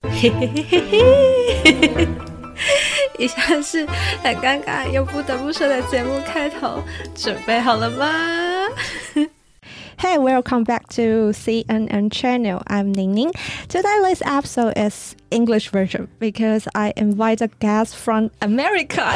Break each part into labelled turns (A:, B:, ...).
A: 嘿嘿嘿嘿嘿，以上是很尴尬又不得不说的节目开头，准备好了吗
B: Hey, welcome back to CNN channel. I'm Ning Ning. Today's episode is English version because I invite a guest from America.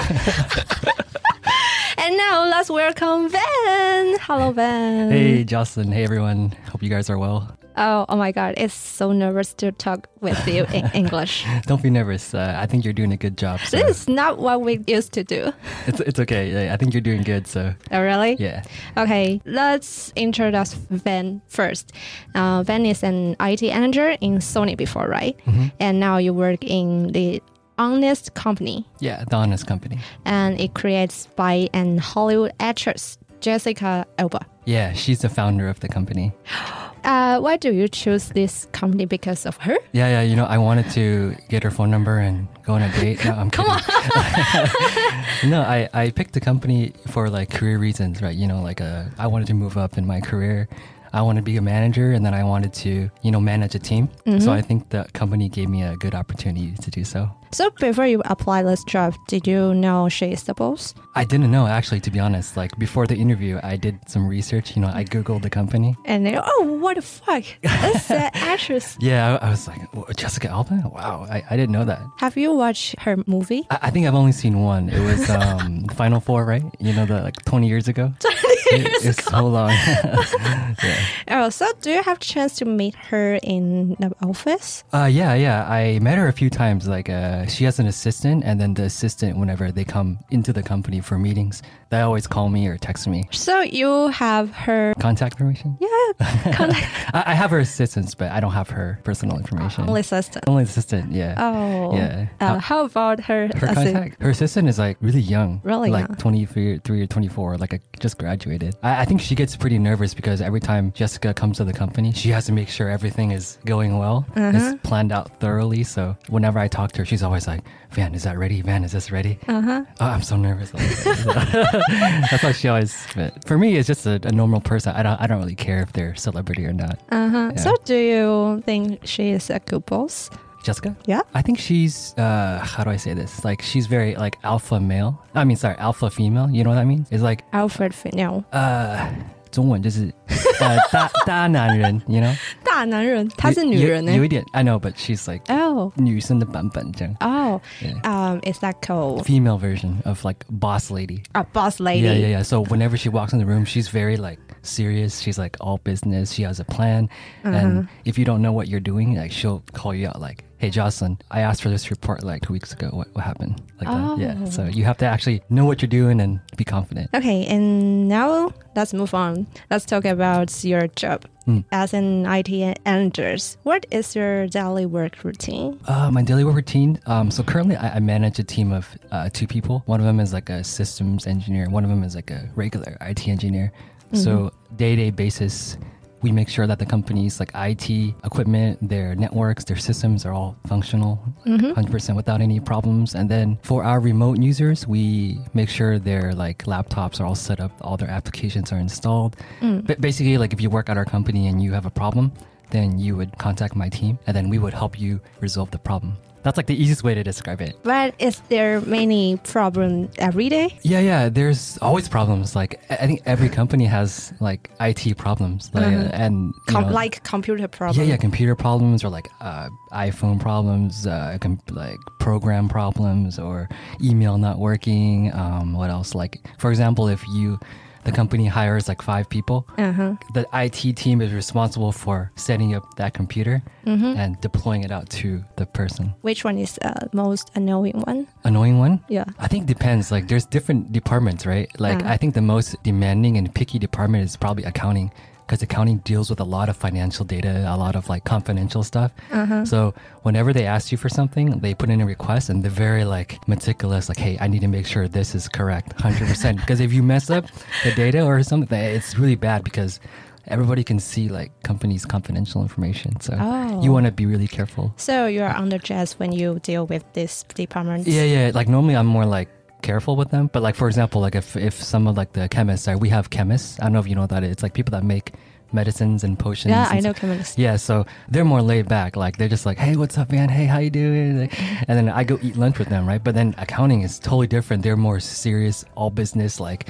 B: and now let's welcome Van. Hello, Van.
C: Hey, Justin. Hey, everyone. Hope you guys are well.
B: Oh, oh my God, it's so nervous to talk with you in English.
C: Don't be nervous. Uh, I think you're doing a good job. So
B: This is not what we used to do.
C: it's, it's okay. Yeah, I think you're doing good. So,
B: Oh, really?
C: yeah.
B: Okay, let's introduce Van first. Uh, Van is an IT manager in Sony before, right? And now you work in the Honest Company,
C: Yeah, the Honest Company.
B: and it creates by an Hollywood actress, Jessica Alba.
C: Yeah, she's the founder of the company.
B: Uh, why do you choose this company because of her?
C: Yeah, yeah. You know, I wanted to get her phone number and go on a date. No, I'm Come kidding. on. no, I, I picked the company for like career reasons, right? You know, like uh, I wanted to move up in my career. I wanted to be a manager and then I wanted to, you know, manage a team. So I think the company gave me a good opportunity to do so.
B: So before you apply this job, did you know she is the boss?
C: I didn't know actually, to be honest. Like before the interview, I did some research. You know, I googled the company.
B: And they, oh, what the fuck? That's the actress.
C: Yeah, I, I was like, "Wha- Jessica Alba. Wow, I, I didn't know that.
B: Have you watched her movie?
C: I, I think I've only seen one. It was um, Final Four, right? You know, the like twenty years ago. Twenty years It's so long.
B: Oh, so do you have chance to meet her in the office?
C: uh, yeah, yeah. I met her a few times. Like, uh, she has an assistant, and then the assistant, whenever they come into the company for meetings, they always call me or text me.
B: So you have her.
C: Contact information?
B: Yeah,
C: I, I have her assistants, but I don't have her personal information.
B: only sister.
C: Only assistant, yeah.
B: Oh,
C: Yeah.
B: Uh, how about her?
C: her
B: as in-
C: contact. Her assistant is like really young,
B: Really
C: like
B: young.
C: 23 three or 24, like I just graduated. I, I think she gets pretty nervous because every time Jessica comes to the company, she has to make sure everything is going well.
B: Uh-huh.
C: It's planned out thoroughly. So whenever I talk to her, she's always like, Van, is that ready? Van, is this ready? Uh-huh. Oh, I'm so nervous. That's why she always, but for me, it's just a, a normal person. I don't, I don't really care if they're celebrity or not.
B: Uh-huh.
C: Yeah.
B: So do you think she is a good boss?
C: Jessica?
B: Yeah.
C: I think she's uh how do I say this? Like she's very like alpha male. I mean sorry, alpha female, you know what that means? It's like
B: Alfred Finnell.
C: uh 中文就是, uh, 大-大男人, you know?
B: 大男人，她是女人呢。
C: 有-有-有一点- I know, but she's like
B: Oh,
C: 女生的版本这样.
B: oh.
C: Yeah.
B: Um, is that called
C: Female version of like boss lady.
B: a boss lady?
C: Yeah, yeah, yeah. So whenever she walks in the room, she's very like serious. She's like all business. She has a plan. And if you don't know what you're doing, like she'll call you out like, "Hey, Jocelyn, I asked for this report like two weeks ago. What, what happened?" Like that. Yeah. So you have to actually know what you're doing and be confident.
B: Okay, and now let's move on. Let's talk about your job
C: Hmm.
B: as an IT manager. What is your daily work routine?
C: Uh, my daily work routine. Um, so currently, I, I manage a team of uh, two people. One of them is like a systems engineer. One of them is like a regular IT engineer. So day to day basis, we make sure that the company's like IT equipment, their networks, their systems are all functional, hundred percent without any problems. And then for our remote users, we make sure their like laptops are all set up, all their applications are installed. But basically, like if you work at our company and you have a problem, then you would contact my team and then we would help you resolve the problem. That's like the easiest way to describe it.
B: But is there many problem every day?
C: Yeah, yeah, there's always problems. Like I I think every company has like IT problems. Like and you
B: Uh-huh. Com-
C: know,
B: like computer
C: yeah,
B: problem.
C: yeah, computer problems or like uh, iPhone problems, uh, com- like program problems or email not working. Um, what else? Like for example, if you the company hires like five people,
B: Uh-huh.
C: the IT team is responsible for setting up that computer
B: Mm-hmm.
C: and deploying it out to the person.
B: Which one is uh, most annoying one?
C: Annoying one?
B: Yeah.
C: I think depends. Like there's different departments, right? Like I think the most demanding and picky department is probably accounting because accounting deals with a lot of financial data, a lot of like confidential stuff. So whenever they ask you for something, they put in a request and they're very like meticulous. Like, hey, I need to make sure this is correct, hundred percent. Because if you mess up the data or something, it's really bad because. Everybody can see like companies' confidential information, so you want to be really careful.
B: So you are under stress when you deal with this department.
C: Yeah, yeah. Like normally, I'm more like careful with them. But like for example, like if if some of like the chemists, are, we have chemists. I don't know if you know what that is. It's like people that make medicines and potions.
B: Yeah,
C: and
B: I know
C: so-
B: chemists.
C: Yeah, so they're more laid back. Like they're just like, "Hey, what's up, man? Hey, how you doing?" Like,
B: Mm-hmm.
C: and then I go eat lunch with them, right? But then accounting is totally different. They're more serious, all business. Like,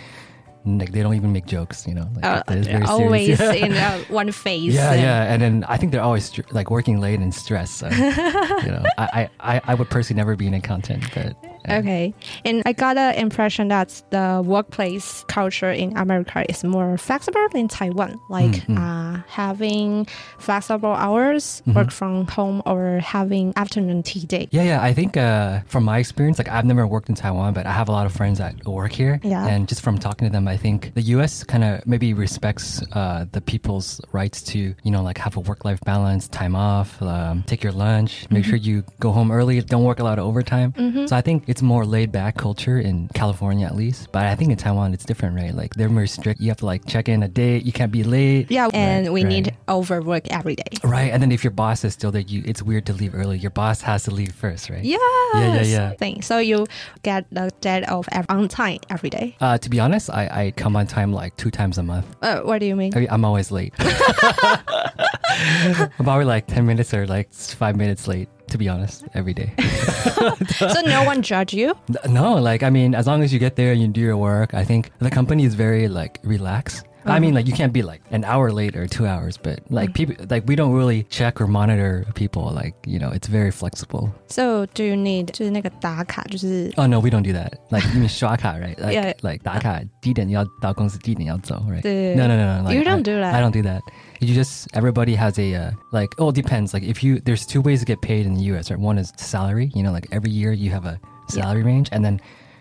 C: like they don't even make jokes, you know. Like,
B: Uh,
C: it's very serious.
B: always
C: Yeah.
B: in uh, one phase.
C: Yeah,
B: uh,
C: yeah, and then I think they're always str- like working late and stressed. So, you know, I, I, I- I would personally never be in accountant, but yeah.
B: Okay. And I got the impression that the workplace culture in America is more flexible in Taiwan, like
C: Mm-hmm.
B: uh, having flexible hours, work from home, or having afternoon tea date.
C: Yeah, yeah. I think uh, from my experience, like I've never worked in Taiwan, but I have a lot of friends that work here.
B: Yeah.
C: And just from talking to them, I think the U.S. kind of maybe respects uh, the people's rights to, you know, like have a work-life balance, time off, um, take your lunch, make sure
B: Mm-hmm.
C: you go home early, don't work a lot of overtime. So I think it's more laid-back culture in California, at least. But I think in Taiwan, it's different, right? Like they're more strict. You have to like check in a date. You can't be late.
B: Yeah, and we
C: right.
B: need overwork every day.
C: Right. And then if your boss is still there, you it's weird to leave early. Your boss has to leave first, right?
B: Yes.
C: yeah, yeah.
B: Thing. So you get the dead of ev- on time every day.
C: Uh, to be honest, I, I come on time like two times a month.
B: Uh, what do you mean?
C: I mean, I'm always late. I'm probably like 10 minutes or like five minutes late, to be honest, every day.
B: so no one judge you.
C: no, like, I mean, as long as you get there and you do your work, I think the company is very like relaxed. I mean, like you can't be like an hour late or two hours, but like people, like we don't really check or monitor people. Like you know, it's very flexible.
B: So do you need 就是那个打卡，就是
C: Oh no, we don't do that. Like you mean 刷卡, right? Like
B: Yeah.
C: like 打卡几点要到公司几点要走 right?
B: 对。
C: No no no no. Like,
B: You don't
C: I,
B: do that.
C: I don't do that. You just everybody has a uh, like oh it depends. Like if you there's two ways to get paid in the U.S. Right? One is salary. You know like every year you have a salary range, and then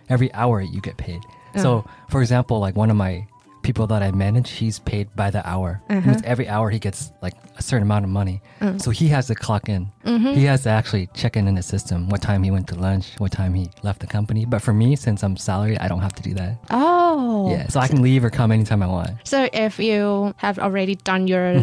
C: every hour you get paid.
B: Mm.
C: So for example, like one of my people that I manage, he's paid by the hour. It means
B: Uh-huh.
C: every hour he gets like a certain amount of money.
B: Mm.
C: So he has to clock in.
B: Mm-hmm.
C: He has to actually check in in the system what time he went to lunch, what time he left the company. But for me, since I'm salaried, I don't have to do that.
B: oh
C: Yeah, so I can leave or come anytime I want.
B: So if you have already done your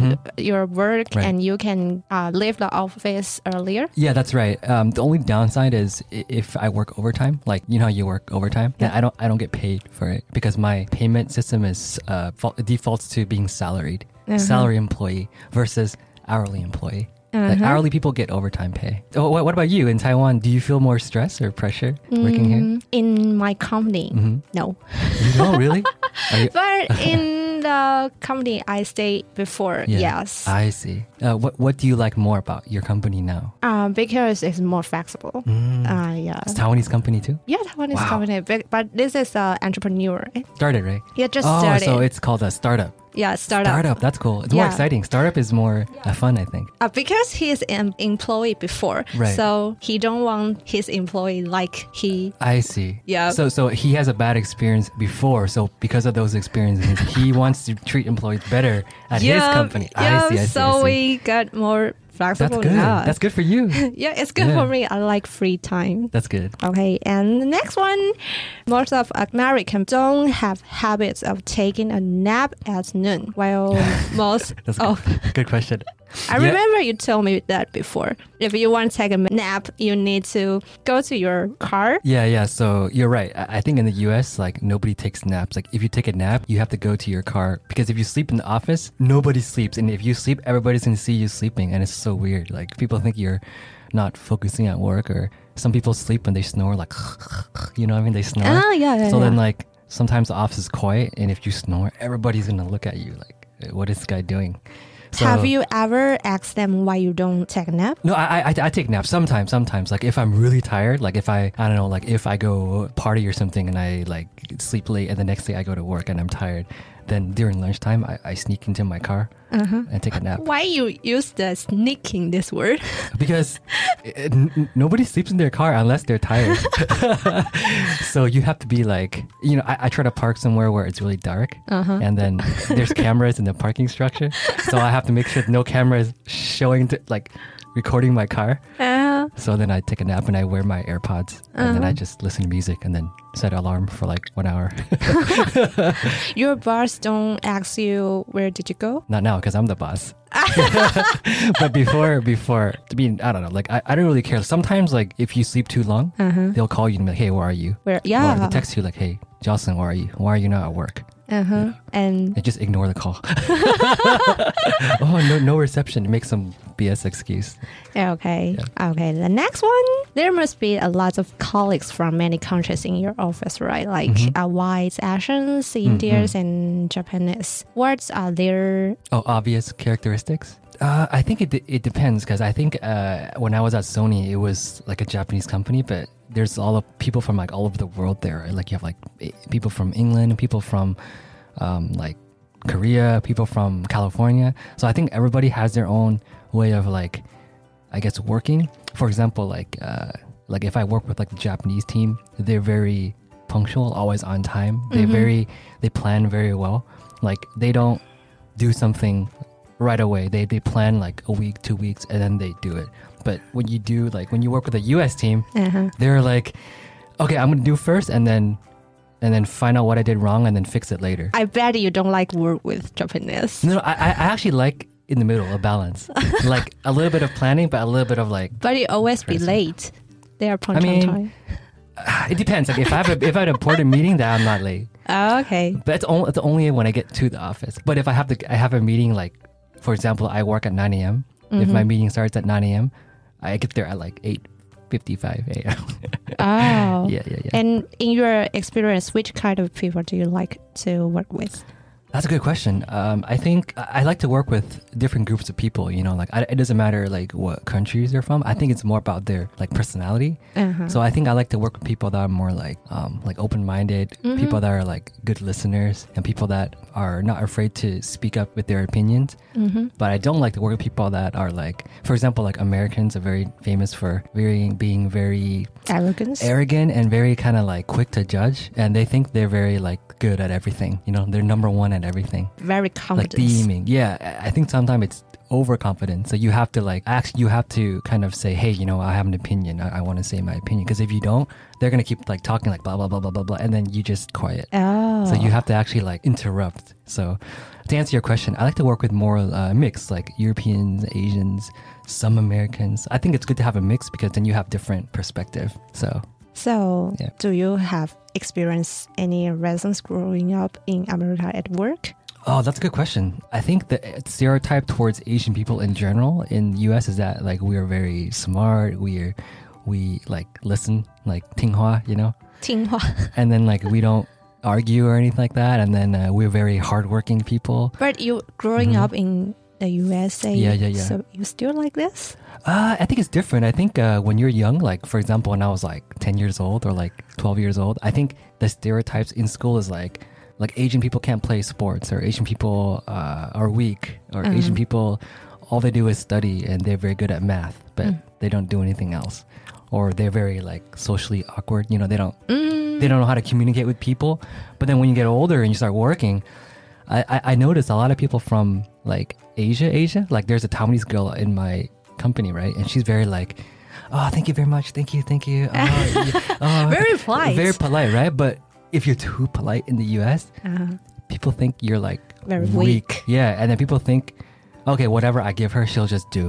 B: your work
C: Mm-hmm. Right.
B: and you can uh, leave the office earlier,
C: Yeah, that's right. Um, the only downside is i- if I work overtime, like you know how you work overtime, then I don't I don't get paid for it because my payment system is uh, fa- defaults to being salaried,
B: Uh-huh.
C: salary employee versus hourly employee.
B: Uh-huh.
C: Like hourly people get overtime pay. Oh, what, what about you in Taiwan? Do you feel more stress or pressure working
B: Mm.
C: here?
B: in my company,
C: Mm-hmm.
B: no.
C: You don't really? Are you,
B: But in the company I stayed before, yes,
C: I see. Uh, what What do you like more about your company now?
B: uh, because it's more flexible. Uh, yeah,
C: It's Taiwanese company too.
B: yeah, Taiwanese
C: Mm. Wow.
B: company, but, but this is an entrepreneur. eh?
C: Started right?
B: Yeah, just
C: oh,
B: started.
C: so it's called a startup.
B: yeah, startup.
C: Startup, that's cool. It's more
B: Yeah.
C: exciting. Startup is more uh, fun, I think.
B: Uh, because he is an employee before,
C: Right.
B: so he don't want his employee like he
C: I see.
B: Yeah.
C: So so he has a bad experience before, so because of those experiences, he wants to treat employees better at his company. I see. I see. I
B: so
C: see.
B: we got more
C: that's
B: flexible
C: good.
B: now.
C: That's good for you.
B: yeah, it's good
C: Yeah.
B: for me. I like free time.
C: That's good.
B: Okay, and the next one, most of Americans don't have habits of taking a nap at noon, while most
C: That's
B: of
C: good. Good question.
B: I
C: Yeah.
B: remember you told me that before. If you want to take a nap, you need to go to your car.
C: Yeah, yeah. So you're right. I I think in the U.S., like nobody takes naps. Like if you take a nap, you have to go to your car because if you sleep in the office, nobody sleeps, and if you sleep, everybody's gonna see you sleeping, and it's so weird. Like people think you're not focusing at work, or some people sleep when they snore, like you know, what I mean, they snore.
B: Ah, yeah, yeah,
C: so then,
B: yeah.
C: like sometimes the office is quiet, and if you snore, everybody's gonna look at you like, what is this guy doing? So-
B: have you ever asked them why you don't take a nap?
C: no, I, I I take naps sometimes. Sometimes, like if I'm really tired, like if I I don't know, like if I go party or something and I like sleep late, and the next day I go to work and I'm tired, then during lunchtime I, I sneak into my car and take a nap
B: Why you use the sneaking this word?
C: because it, n- n- nobody sleeps in their car unless they're tired. so you have to be like, you know, I, I try to park somewhere where it's really dark, and then there's cameras in the parking structure, so I have to make sure no cameras showing to, like recording my car.
B: Uh,
C: So then I take a nap and I wear my AirPods and then I just listen to music and then set an alarm for like one hour.
B: Your boss don't ask you where did you go?
C: Not now because I'm the boss. but before, before, I mean, I don't know. Like, I, I don't really care. Sometimes, like, if you sleep too long, they'll call you and be like, hey, where are you?
B: Where?
C: Or
B: Yeah.
C: they text you, like, hey, Jocelyn, where are you? Why are you not at work?
B: Uh huh. And
C: and just ignore the call. oh, no, no reception. Make some BS excuse.
B: Okay. Okay. The next one, there must be a lot of colleagues from many countries in your office, right? Like
C: Mm-hmm.
B: uh, whites, Asians, Indians, and Japanese. What are their?
C: Oh, obvious characteristics? Uh, I think it, de- it depends because I think uh, when I was at Sony, it was like a Japanese company, but there's all of people from like all over the world there. right? Like you have like eh, people from England, people from um, like Korea, people from California. So I think everybody has their own way of like, I guess working. For example, like uh, like if I work with like the Japanese team, they're very punctual, always on time. They very they plan very well. Like they don't do something right away. They they plan like a week, two weeks, and then they do it. But when you do like when you work with a U.S. team,
B: Uh-huh.
C: they're like, okay, I'm gonna do first, and then and then find out what I did wrong, and then fix it later.
B: I bet you don't like work with Japanese,
C: No, no, I, I I actually like in the middle a balance, like a little bit of planning, but a little bit of like
B: but you always be
C: Crazy.
B: late. They are
C: I
B: punch
C: mean-
B: on time.
C: it depends. Like if I have a, if I have an important meeting, that I'm not late.
B: Oh, okay.
C: But it's only it's only when I get to the office. But if I have the I have a meeting like, for example, I work at 9 a.m. If
B: Mm-hmm.
C: my meeting starts at 9 a.m., I get there at like 8:55 a.m.
B: Oh.
C: yeah, yeah, yeah.
B: And in your experience, which kind of people do you like to work with?
C: That's a good question. Um, I think I I like to work with different groups of people. You know, like I, it doesn't matter like what countries they're from. I think it's more about their like personality.
B: Uh-huh.
C: So I think I like to work with people that are more like um, like open minded,
B: Mm-hmm.
C: people that are like good listeners, and people that are not afraid to speak up with their opinions.
B: Mm-hmm.
C: But I don't like to work with people that are like, for example, like Americans are very famous for very being very
B: Arrogance.
C: arrogant and very kind of like quick to judge, and they think they're very like good at everything. You know, they're number one at everything
B: very
C: like
B: confident.
C: beaming. Yeah, I- I think sometimes it's overconfident. So you have to like act. You have to kind of say, hey, you know, I have an opinion. I, I want to say my opinion. Because if you don't, they're gonna keep like talking like blah blah blah blah blah blah, and then you just quiet.
B: oh.
C: So you have to actually like interrupt. So to answer your question, I like to work with more uh, mix, like Europeans, Asians, some Americans. I think it's good to have a mix because then you have different perspective. So
B: So,
C: Yeah.
B: do you have experienced any reasons growing up in America at work?
C: Oh, that's a good question. I think the stereotype towards Asian people in general in U.S. is that like we are very smart, we are, we like listen, like Tinghua, you know,
B: 听话.
C: and then like we don't argue or anything like that, and then uh, we're very hardworking people.
B: But you growing up in the USA,
C: Mm-hmm. Yeah, yeah, yeah.
B: so you still like this?
C: Uh, I think it's different. I think uh, when you're young, like for example, when I was like 10 years old or like 12 years old, I think the stereotypes in school is like like Asian people can't play sports or Asian people uh, are weak or Asian people all they do is study and they're very good at math, but they don't do anything else. Or they're very like socially awkward. You know, they don't
B: Mm,
C: they don't know how to communicate with people. But then when you get older and you start working, I, I, I noticed a lot of people from like Asia, Asia. Like there's a Taiwanese girl in my company, right? And she's very like, oh, thank you very much, thank you, thank you. Oh, yeah, oh."
B: Very polite.
C: very polite, right? But if you're too polite in the U.S.,
B: Uh,
C: people think you're like
B: Very weak.
C: Yeah, and then people think, okay, whatever I give her, she'll just do.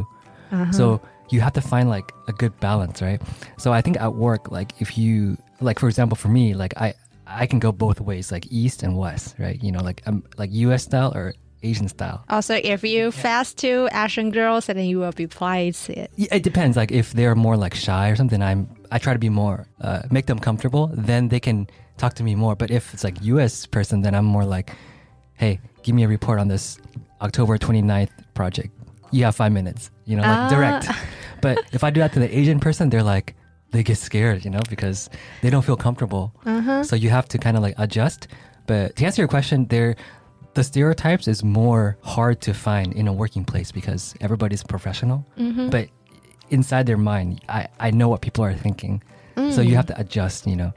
B: Uh-huh.
C: So you have to find like a good balance, right? So I think at work, like if you like for example for me, like I I can go both ways, like east and west, right? You know, like um, like U.S. style or Asian style.
B: also, if you fast to Asian girls, then you will be polite.
C: Yeah, It depends. Like if they're more like shy or something, I'm I try to be more uh, make them comfortable. Then they can talk to me more. But if it's like U.S. person, then I'm more like, hey, give me a report on this October 29th project. You have five minutes. You know, like direct. But if I do that to the Asian person, they're like they get scared, you know, because they don't feel comfortable. So you have to kind of like adjust. But to answer your question, there. The stereotypes is more hard to find in a working place because everybody's professional.
B: Mm-hmm.
C: But inside their mind i, I know what people are thinking so
B: Mm.
C: you have to adjust you know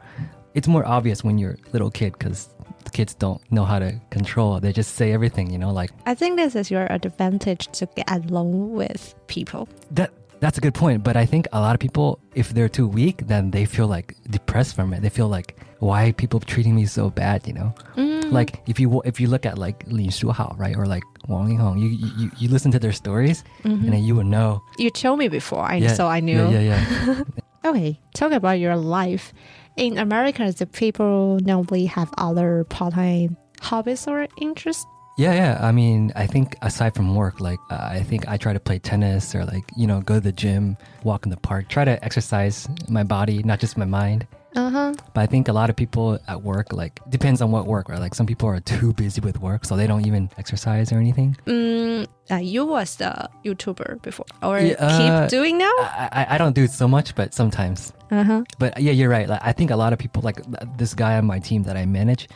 C: it's more obvious when you're a little kid because the kids don't know how to control they just say everything you know like
B: I think this is your advantage to get along with people.
C: that that's a good point but i think a lot of people if they're too weak then they feel like depressed from it they feel like why are people treating me so bad you know
B: Mm-hmm.
C: like if you if you look at like lin shuhao right or like wang yinghong you, you you- you listen to their stories and then you would know
B: You told me before, I, Mm-hmm. so I knew.
C: yeah yeah yeah
B: Okay, talk about your life. In America, the people normally have other part-time hobbies or interests?
C: Yeah, yeah. I mean, I think aside from work, like uh, I think I try to play tennis or like you know go to the gym, walk in the park, try to exercise my body, not just my mind.
B: Uh huh.
C: But I think a lot of people at work, like depends on what work, right? Like some people are too busy with work, so they don't even exercise or anything.
B: Mm, uh, you was the YouTuber before, or
C: Yeah, uh,
B: keep doing now?
C: I, I, I don't do it so much, but sometimes.
B: Uh huh.
C: But yeah, you're right. Like, I think a lot of people, like th- this guy on my team that I manage,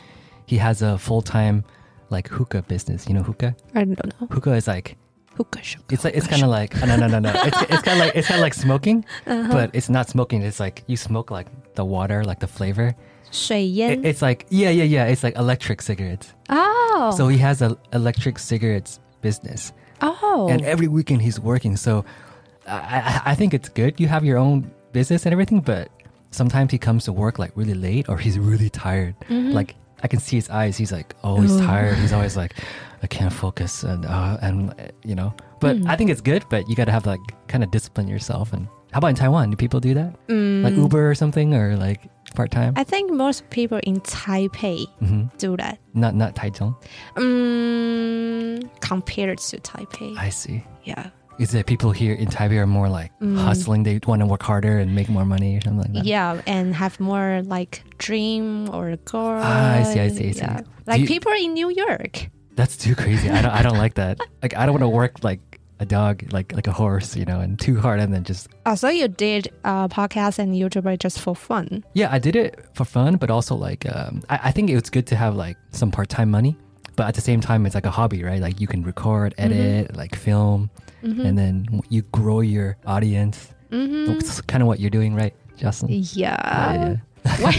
C: he has a full time like hookah business. You know hookah?
B: I don't know.
C: Hookah is like
B: Hookah shop.
C: it's like it's kind of like no no no no. It's, it's kind of like it's kind of like smoking, but it's not smoking. It's like you smoke like the water, like the flavor. It,
B: 水烟.
C: it's like yeah yeah yeah. It's like electric cigarettes.
B: Oh.
C: So he has an electric cigarettes business,
B: oh.
C: and every weekend he's working. So I, I, I think it's good. You have your own business and everything, but sometimes he comes to work like really late or he's really tired.
B: Mm-hmm.
C: Like I can see his eyes. He's like always tired. He's always like, I can't focus, and uh, and uh, you know. But
B: Mm.
C: I think it's good. But you got to have like kind of discipline yourself. And how about in Taiwan? Do people do that? Like Uber or something, or like part time?
B: Mm. I think most people in Taipei do that.
C: Mm-hmm. Not not Taichung.
B: Mm, compared to Taipei.
C: I see.
B: yeah.
C: is that people here in Taipei are more like
B: Mm.
C: hustling. They want to work harder and make more money or something like that.
B: Yeah, and have more like dream or goal.
C: Ah, I see, I see, I see.
B: Yeah.
C: Do
B: Like
C: you-
B: people in New York.
C: That's too crazy. I don't. I don't like that. Like I don't want to work like a dog, like like a horse, you know, and too hard, and then just
B: Oh, so you did a podcast and YouTuber just for fun.
C: yeah. I did it for fun, but also like um, I, I think it's good to have like some part time money, but at the same time, it's like a hobby, right? Like you can record, edit, like film, and then you grow your audience. It's kind of what you're doing, right, Justin? Ah,
B: Yeah. why,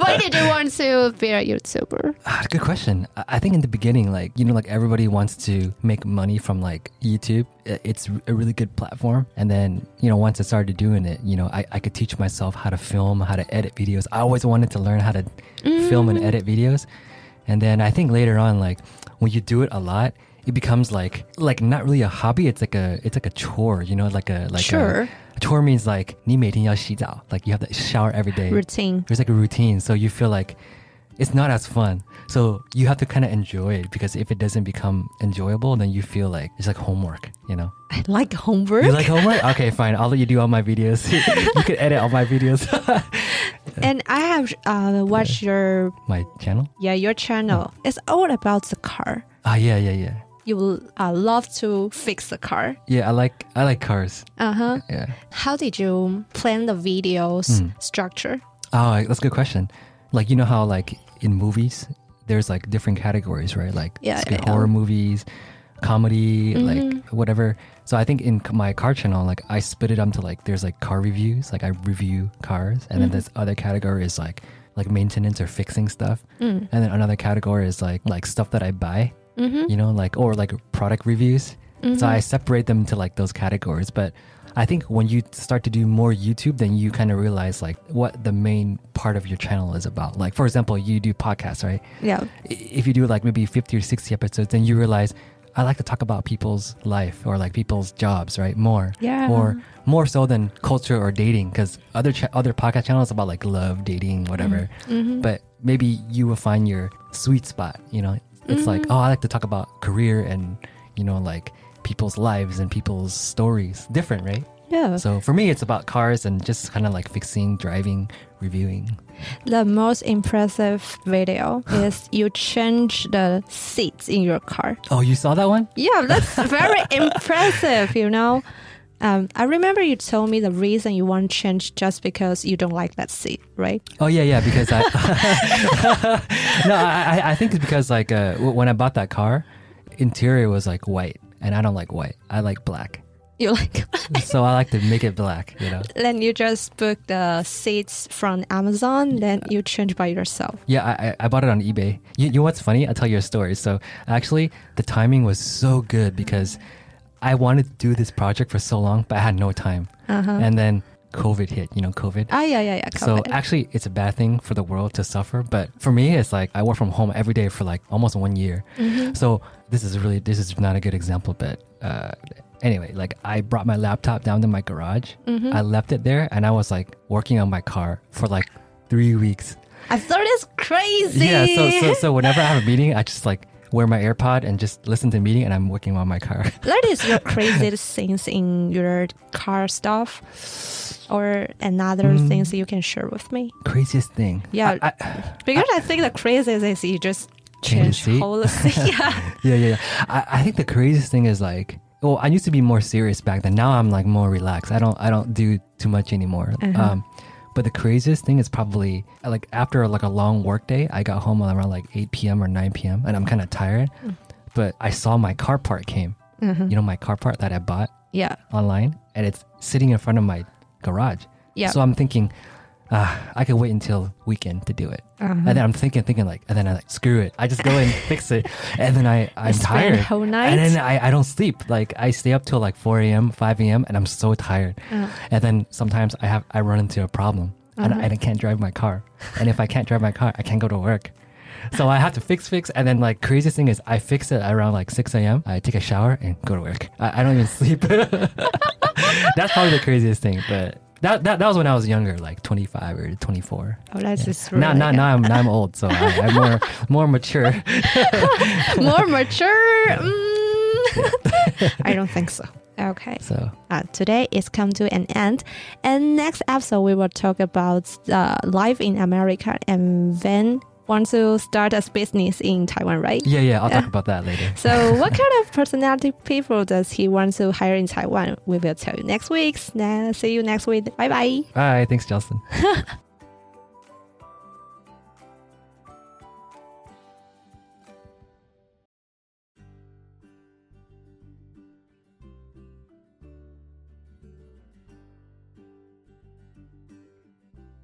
B: why did you want to be a YouTuber?
C: Ah, good question. I I think in the beginning, like you know, like everybody wants to make money from like YouTube. I- It's a really good platform. And then you know, once I started doing it, you know, I, I could teach myself how to film, how to edit videos. I always wanted to learn how to film and edit videos. And then I think later on, like when you do it a lot, it becomes like like not really a hobby. It's like a it's like a chore. You know, like a like
B: Sure.
C: A, chore means like 你每天要洗澡, like you have to shower every day
B: Routine.
C: there's like a routine so you feel like it's not as fun so you have to kind of enjoy it because if it doesn't become enjoyable then you feel like it's like homework you know
B: I like homework.
C: you like homework okay fine i'll let you do all my videos you can edit all my videos
B: and I have uh, watched your
C: my channel
B: yeah your channel. It's all about the car.
C: ah yeah yeah yeah
B: You uh, love to fix the car.
C: yeah i like i like cars
B: Uh huh.
C: yeah
B: How did you plan the videos
C: Hmm.
B: structure?
C: Oh, that's a good question. Like you know how like in movies there's like different categories, right? Like
B: Yeah,
C: it's good
B: yeah, yeah.
C: horror movies, comedy, like whatever. So I think in c- my car channel, like I split it up to like there's like car reviews, like I review cars, and then this other category is like like maintenance or fixing stuff, and then another category is like like stuff that I buy, you know, like or like product reviews. So I separate them into like those categories, but I think when you start to do more YouTube, then you kind of realize like what the main part of your channel is about. Like for example, you do podcasts, right?
B: Yeah.
C: I- If you do like maybe 50 or 60 episodes, then you realize I like to talk about people's life or like people's jobs, right? More.
B: Yeah.
C: Or more so than culture or dating cuz other cha- other podcast channels about like love, dating, whatever. But maybe you will find your sweet spot, you know. It's like, oh, I like to talk about career and you know like people's lives and people's stories. Different, right?
B: Yeah.
C: So for me, it's about cars and just kind of like fixing, driving, reviewing.
B: The most impressive video is you change the seats in your car.
C: Oh, you saw that one?
B: Yeah, that's very impressive, you know. Um, I remember you told me the reason you want to change just because you don't like that seat, right?
C: Oh yeah, yeah. Because I no, I, I- I think it's because like uh, w- when I bought that car, interior was like white, and I don't like white. I like black,
B: You like,
C: so I like to make it black. You know?
B: then you just book the seats from Amazon, then you change by yourself.
C: Yeah, I, I- I bought it on eBay. You, you know what's funny? I'll tell you a story. So actually, the timing was so good because I wanted to do this project for so long, but I had no time. And then COVID hit. You know, COVID.
B: Ah, yeah, yeah, yeah.
C: So
B: covered.
C: actually, it's a bad thing for the world to suffer. But for me, it's like I work from home every day for like almost one year. So this is really this is not a good example, but uh, anyway, like I brought my laptop down to my garage. I left it there, and I was like working on my car for like three weeks.
B: I thought it's crazy.
C: Yeah, so, so so whenever I have a meeting, I just like wear my AirPod and just listen to the meeting, and I'm working on my car.
B: What is your craziest things in your car stuff, or another things you can share with me?
C: Craziest thing.
B: Yeah,
C: I- I-
B: because I, think the craziest is you just change
C: Change the seat.
B: whole seat. yeah,
C: yeah, yeah, yeah. I, I think the craziest thing is like, well, I used to be more serious back then. Now I'm like more relaxed. I don't, I don't do too much anymore. Um, but the craziest thing is probably like after like a long work day, I got home around like 8 p.m. or 9 p.m. and I'm kind of tired. But I saw my car part came. You know, my car part that I bought
B: yeah.
C: online and it's sitting in front of my garage.
B: Yeah.
C: So I'm thinking, ah, I could wait until weekend to do it.
B: Uh-huh.
C: And then I'm thinking, thinking like, and then I like, screw it. I just go and fix it. And then I, I'm
B: spend
C: tired.
B: whole night?
C: And then I, I don't sleep. Like I stay up till like 4 a.m., 5 a.m. and I'm so tired.
B: Uh-huh.
C: And then sometimes I have, I run into a problem and, I, and I can't drive my car. And if I can't drive my car, I can't go to work. So I have to fix, fix, and then like craziest thing is I fix it around like 6 a.m. I take a shower and go to work. I, I don't even sleep. that's probably the craziest thing. But that, that that was when I was younger, like 25 or 24.
B: Oh, that's just really
C: now, now, now I'm now I'm old, so I, I'm more more mature.
B: more mature. Mm. I don't think so. Okay.
C: So
B: Uh, today is come to an end, and next episode we will talk about uh, life in America and then want to start a business in Taiwan, right?
C: yeah, yeah, I'll talk about that later.
B: So, what kind of personality people does he want to hire in Taiwan? We will tell you next week. Na- See you next week. Bye bye.
C: Bye, thanks, Justin.